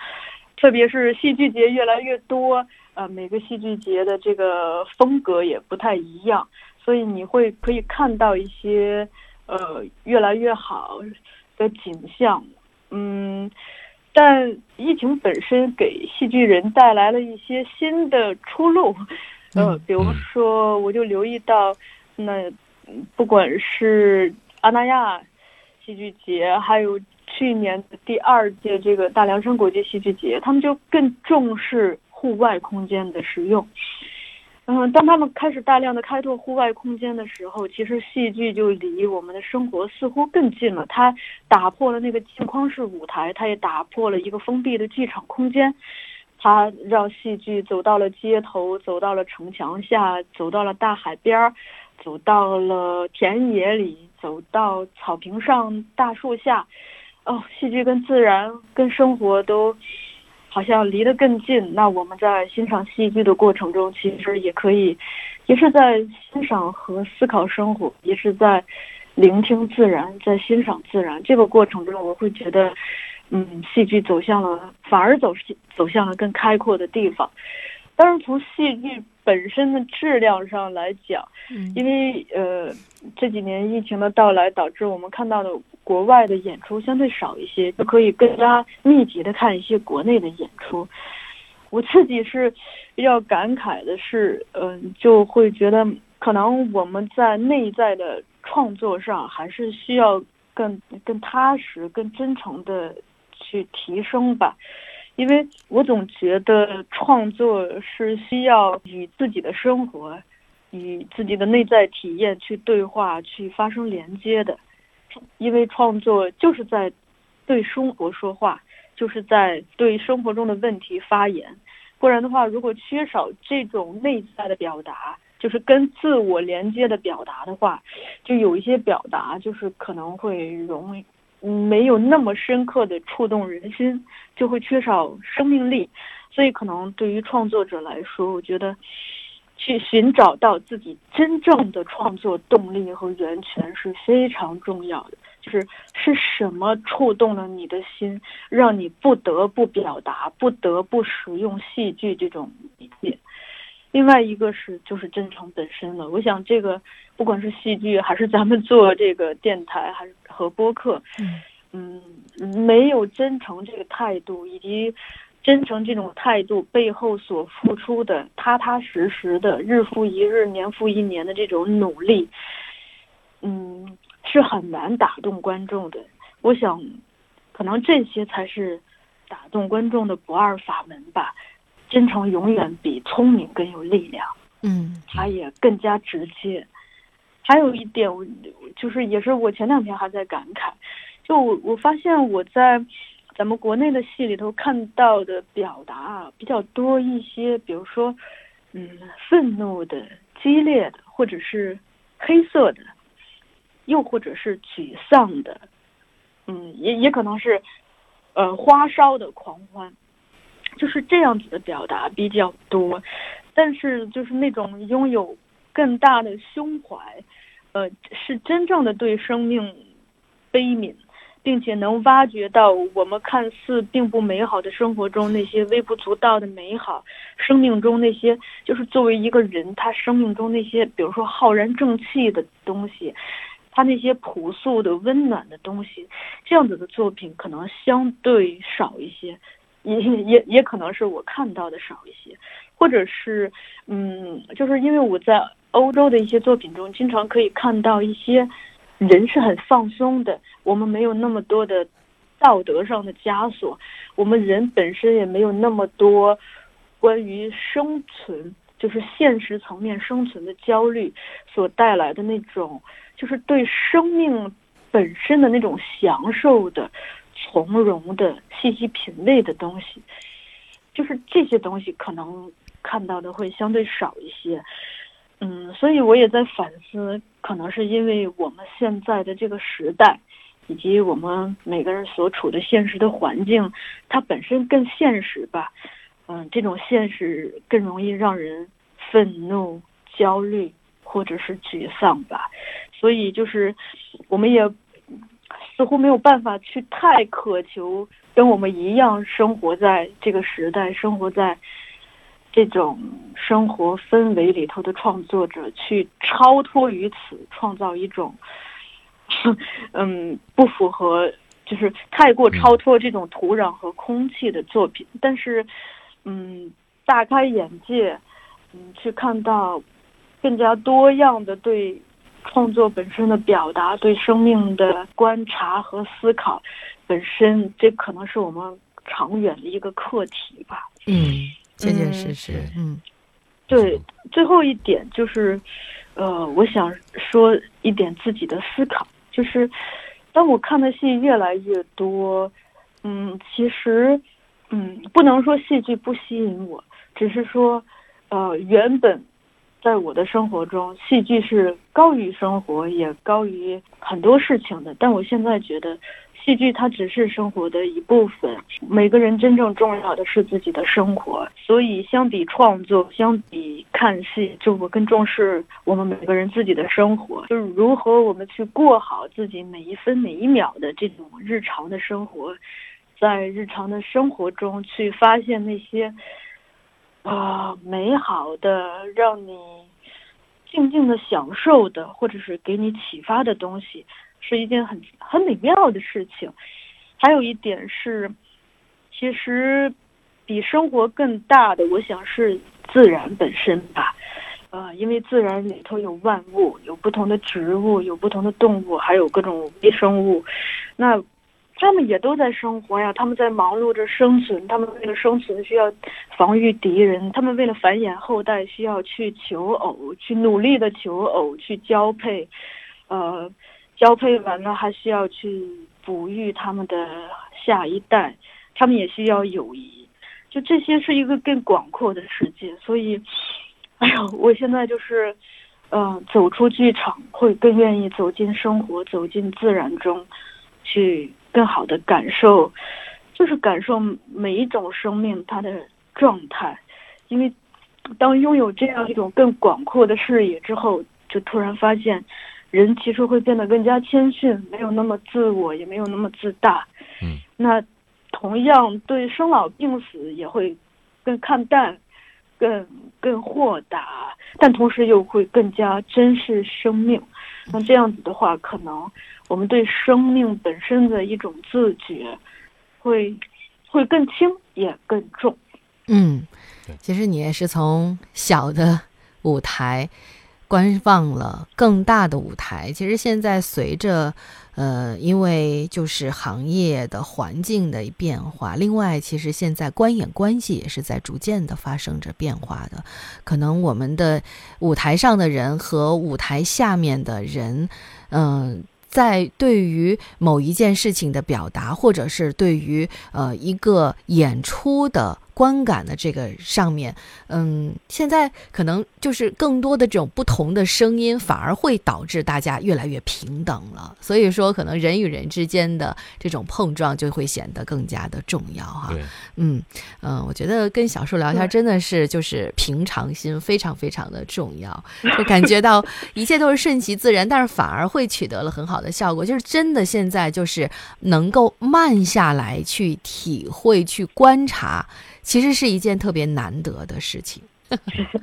特别是戏剧节越来越多，呃，每个戏剧节的这个风格也不太一样，所以你会可以看到一些呃越来越好的景象，嗯。但疫情本身给戏剧人带来了一些新的出路，呃
嗯，
比如说，我就留意到，那嗯不管是阿那亚戏剧节，还有去年的第二届这个大凉山国际戏剧节，他们就更重视户外空间的使用。嗯，当他们开始大量的开拓户外空间的时候，其实戏剧就离我们的生活似乎更近了。它打破了那个镜框式舞台，它也打破了一个封闭的剧场空间，它让戏剧走到了街头，走到了城墙下，走到了大海边儿，走到了田野里，走到草坪上、大树下。哦，戏剧跟自然、跟生活都好像离得更近。那我们在欣赏戏剧的过程中，其实也可以，也是在欣赏和思考生活，也是在聆听自然，在欣赏自然。这个过程中，我会觉得，嗯，戏剧走向了，反而走走向了更开阔的地方。当然，从戏剧本身的质量上来讲，
嗯
因为呃这几年疫情的到来，导致我们看到的国外的演出相对少一些，就可以更加密集的看一些国内的演出。我自己是比较感慨的是，嗯、就会觉得可能我们在内在的创作上还是需要更更踏实、更真诚的去提升吧。因为我总觉得创作是需要与自己的生活、与自己的内在体验去对话、去发生连接的，因为创作就是在对生活说话，就是在对生活中的问题发言。不然的话，如果缺少这种内在的表达，就是跟自我连接的表达的话，就有一些表达就是可能会容易嗯没有那么深刻的触动人心，就会缺少生命力。所以，可能对于创作者来说，我觉得去寻找到自己真正的创作动力和源泉是非常重要的。就是是什么触动了你的心，让你不得不表达，不得不使用戏剧这种媒介。另外一个是就是真诚本身了。我想这个不管是戏剧，还是咱们做这个电台，还是和播客，嗯，没有真诚这个态度，以及真诚这种态度背后所付出的踏踏实实的日复一日、年复一年的这种努力，嗯，是很难打动观众的。我想，可能这些才是打动观众的不二法门吧。真诚永远比聪明更有力量。
嗯
它也更加直接。还有一点，我就是也是我前两天还在感慨，就我我发现我在咱们国内的戏里头看到的表达啊比较多一些，比如说，嗯，愤怒的、激烈的，或者是黑色的，又或者是沮丧的，嗯，也也可能是，呃，花哨的狂欢，就是这样子的表达比较多。但是就是那种拥有更大的胸怀，呃，是真正的对生命悲悯，并且能挖掘到我们看似并不美好的生活中那些微不足道的美好，生命中那些就是作为一个人他生命中那些，比如说浩然正气的东西，他那些朴素的温暖的东西，这样子的作品可能相对少一些，也也也可能是我看到的少一些，或者是嗯，就是因为我在欧洲的一些作品中，经常可以看到一些。人是很放松的，我们没有那么多的道德上的枷锁，我们人本身也没有那么多关于生存，就是现实层面生存的焦虑所带来的那种，就是对生命本身的那种享受的、从容的、细细品味的东西，就是这些东西可能看到的会相对少一些。嗯，所以我也在反思，可能是因为我们现在的这个时代，以及我们每个人所处的现实的环境，它本身更现实吧。嗯，这种现实更容易让人愤怒、焦虑或者是沮丧吧。所以就是我们也似乎没有办法去太渴求跟我们一样生活在这个时代，生活在。这种生活氛围里头的创作者，去超脱于此，创造一种，嗯，不符合，就是太过超脱这种土壤和空气的作品。但是，嗯，大开眼界，嗯，去看到更加多样的对创作本身的表达、对生命的观察和思考本身，这可能是我们长远的一个课题吧。
嗯，确确实实，嗯，
对，最后一点就是，呃，我想说一点自己的思考，就是当我看的戏越来越多，嗯，其实，嗯，不能说戏剧不吸引我，只是说，呃，原本在我的生活中，戏剧是高于生活，也高于很多事情的。但我现在觉得，戏剧它只是生活的一部分。每个人真正重要的是自己的生活。所以，相比创作，相比看戏，就我更重视我们每个人自己的生活，就是如何我们去过好自己每一分每一秒的这种日常的生活，在日常的生活中去发现那些。啊、美好的，让你静静的享受的，或者是给你启发的东西，是一件很很美妙的事情。还有一点是，其实比生活更大的，我想是自然本身吧。呃，因为自然里头有万物，有不同的植物，有不同的动物，还有各种微生物。那他们也都在生活呀，他们在忙碌着生存，他们为了生存需要防御敌人，他们为了繁衍后代需要去求偶，去努力的求偶，去交配，呃，交配完了还需要去哺育他们的下一代，他们也需要友谊，就这些是一个更广阔的世界，所以，哎呀，我现在就是，呃，走出剧场会更愿意走进生活，走进自然中，去更好的感受，就是感受每一种生命它的状态，因为当拥有这样一种更广阔的视野之后，就突然发现，人其实会变得更加谦逊，没有那么自我，也没有那么自大。
嗯，
那同样对生老病死也会更看淡，更更豁达，但同时又会更加珍视生命。那这样子的话，可能我们对生命本身的一种自觉会，会更轻也更重。
嗯
对，
其实你也是从小的舞台观望了更大的舞台。其实现在随着呃，因为就是行业的环境的变化，另外其实现在观演关系也是在逐渐的发生着变化的。可能我们的舞台上的人和舞台下面的人，嗯、在对于某一件事情的表达，或者是对于呃一个演出的观感的这个上面，嗯，现在可能就是更多的这种不同的声音，反而会导致大家越来越平等了。所以说，可能人与人之间的这种碰撞就会显得更加的重要哈、
对，
嗯嗯、呃我觉得跟小树聊天真的是就是平常心非常非常的重要，就感觉到一切都是顺其自然，但是反而会取得了很好的效果。就是真的现在就是能够慢下来去体会、去观察，其实是一件特别难得的事情。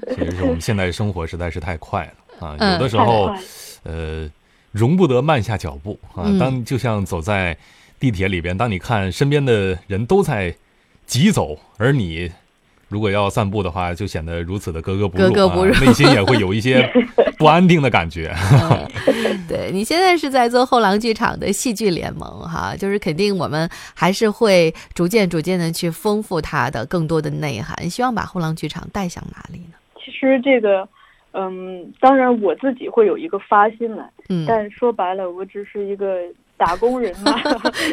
其实是我们现在生活实在是太快了啊，
嗯
有的时
太
候
快了
呃，容不得慢下脚步啊
嗯。
当就像走在地铁里边，当你看身边的人都在急走，而你如果要散步的话，就显得如此的格格不入、啊，
格格不入
内心也会有 一些不安定的感觉。
对你现在是在做后廊剧场的戏剧联盟哈，就是肯定我们还是会逐渐逐渐的去丰富它的更多的内涵。希望把后廊剧场带向哪里呢？
其实这个，嗯，当然我自己会有一个发心来，
嗯，
但说白了，我只是一个打工人嘛。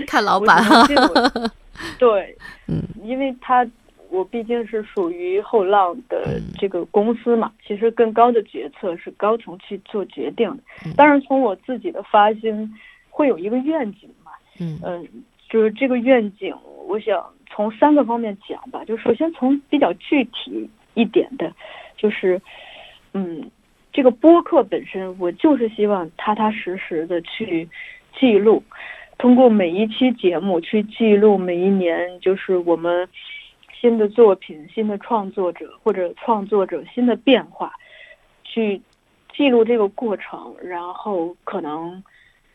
看老
我
板哈，
只能尽 我对，
嗯，
因为他我毕竟是属于后浪
嗯
的这个公司嘛，其实更高的决策是高层去做决定的
嗯。
当然，从我自己的发心，会有一个愿景嘛，
嗯
嗯、就是这个愿景，我想从三个方面讲吧。就首先从比较具体一点的，就是，嗯，这个播客本身，我就是希望踏踏实实的去记录，通过每一期节目去记录每一年，就是我们新的作品、新的创作者或者创作者新的变化，去记录这个过程，然后可能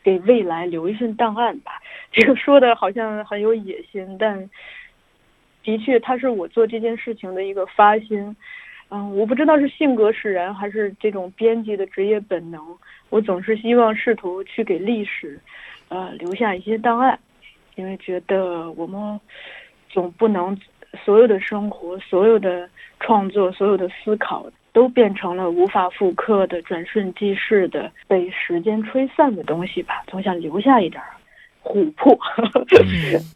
给未来留一份档案吧。这个说的好像很有野心，但的确，它是我做这件事情的一个发心。嗯，我不知道是性格使然，还是这种编辑的职业本能。我总是希望试图去给历史，呃，留下一些档案，因为觉得我们总不能所有的生活、所有的创作、所有的思考都变成了无法复刻的、转瞬即逝的、被时间吹散的东西吧。总想留下一点儿琥珀。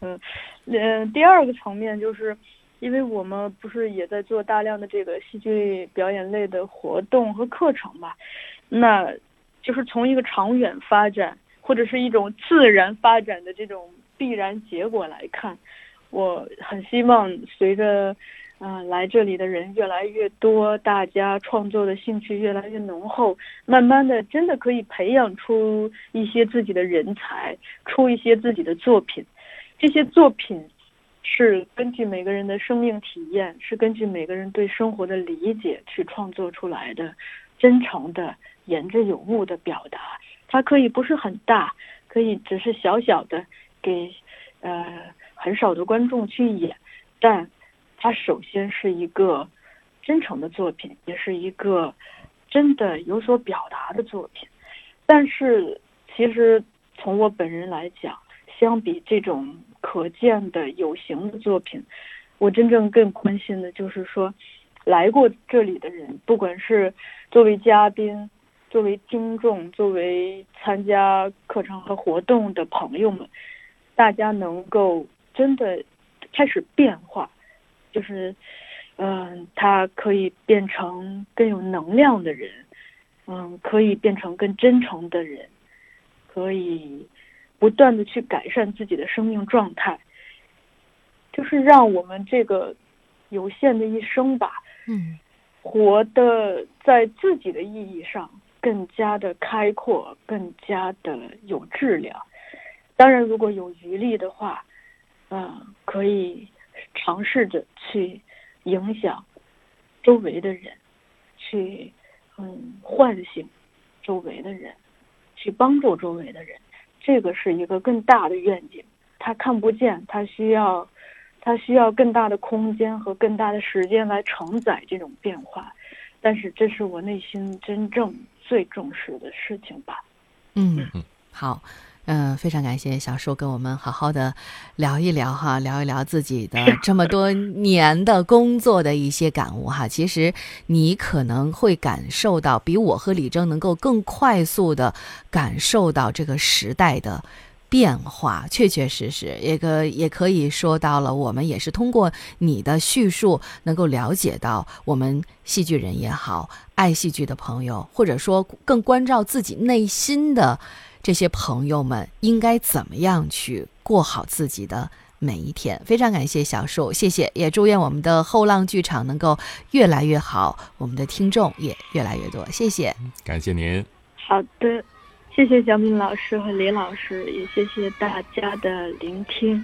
嗯、第二个层面就是，因为我们不是也在做大量的这个戏剧表演类的活动和课程嘛，那就是从一个长远发展或者是一种自然发展的这种必然结果来看，我很希望随着。嗯、来这里的人越来越多，大家创作的兴趣越来越浓厚，慢慢的，真的可以培养出一些自己的人才，出一些自己的作品。这些作品是根据每个人的生命体验，是根据每个人对生活的理解去创作出来的，真诚的、言之有物的表达。它可以不是很大，可以只是小小的给呃很少的观众去演，但它首先是一个真诚的作品，也是一个真的有所表达的作品。但是其实从我本人来讲，相比这种可见的有形的作品，我真正更关心的就是说，来过这里的人，不管是作为嘉宾、作为听众、作为参加课程和活动的朋友们，大家能够真的开始变化，就是，嗯、他可以变成更有能量的人，嗯，可以变成更真诚的人，可以不断的去改善自己的生命状态，就是让我们这个有限的一生吧，
嗯
活得在自己的意义上更加的开阔，更加的有质量。当然，如果有余力的话，嗯、可以尝试着去影响周围的人，去嗯唤醒周围的人，去帮助周围的人。这个是一个更大的愿景，他看不见，他需要它需要更大的空间和更大的时间来承载这种变化，但是这是我内心真正最重视的事情吧。
嗯，好，嗯、非常感谢小树跟我们好好的聊一聊哈，聊一聊自己的这么多年的工作的一些感悟哈。其实你可能会感受到，比我和李征能够更快速的感受到这个时代的变化，确确实实，也可也可以说到了，我们也是通过你的叙述，能够了解到我们戏剧人也好，爱戏剧的朋友，或者说更关照自己内心的这些朋友们，应该怎么样去过好自己的每一天。非常感谢小树，谢谢，也祝愿我们的后浪剧场能够越来越好，我们的听众也越来越多，谢谢。
感谢您。
好的，谢谢小敏老师和李老师，也谢谢大家的聆听。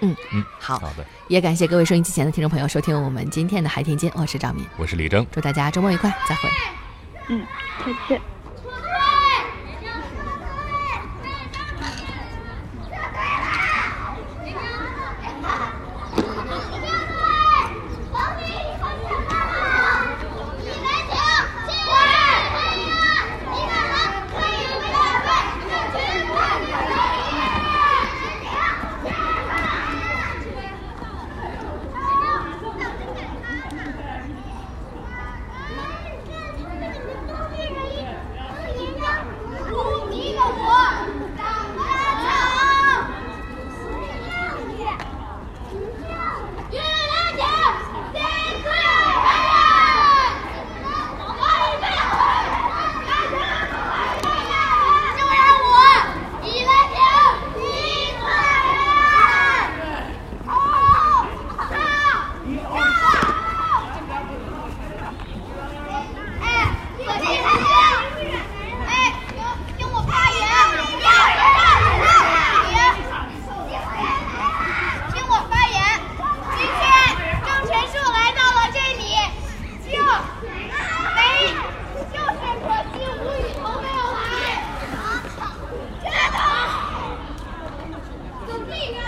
嗯，
好
好的，
也感谢各位收音机前的听众朋友收听我们今天的海天间，我是赵敏，
我是李征。
祝大家周末愉快，再会。
嗯，再见。
公敌的我，长得 丑。月亮姐，金龟儿，我一辈子。就让我一个平一个人。哦，哎，我这才是。哎，听我发言，要人让人听我发言。今天郑陈树来到了这里，就没就是可惜无雨同没有来。真的，怎么样？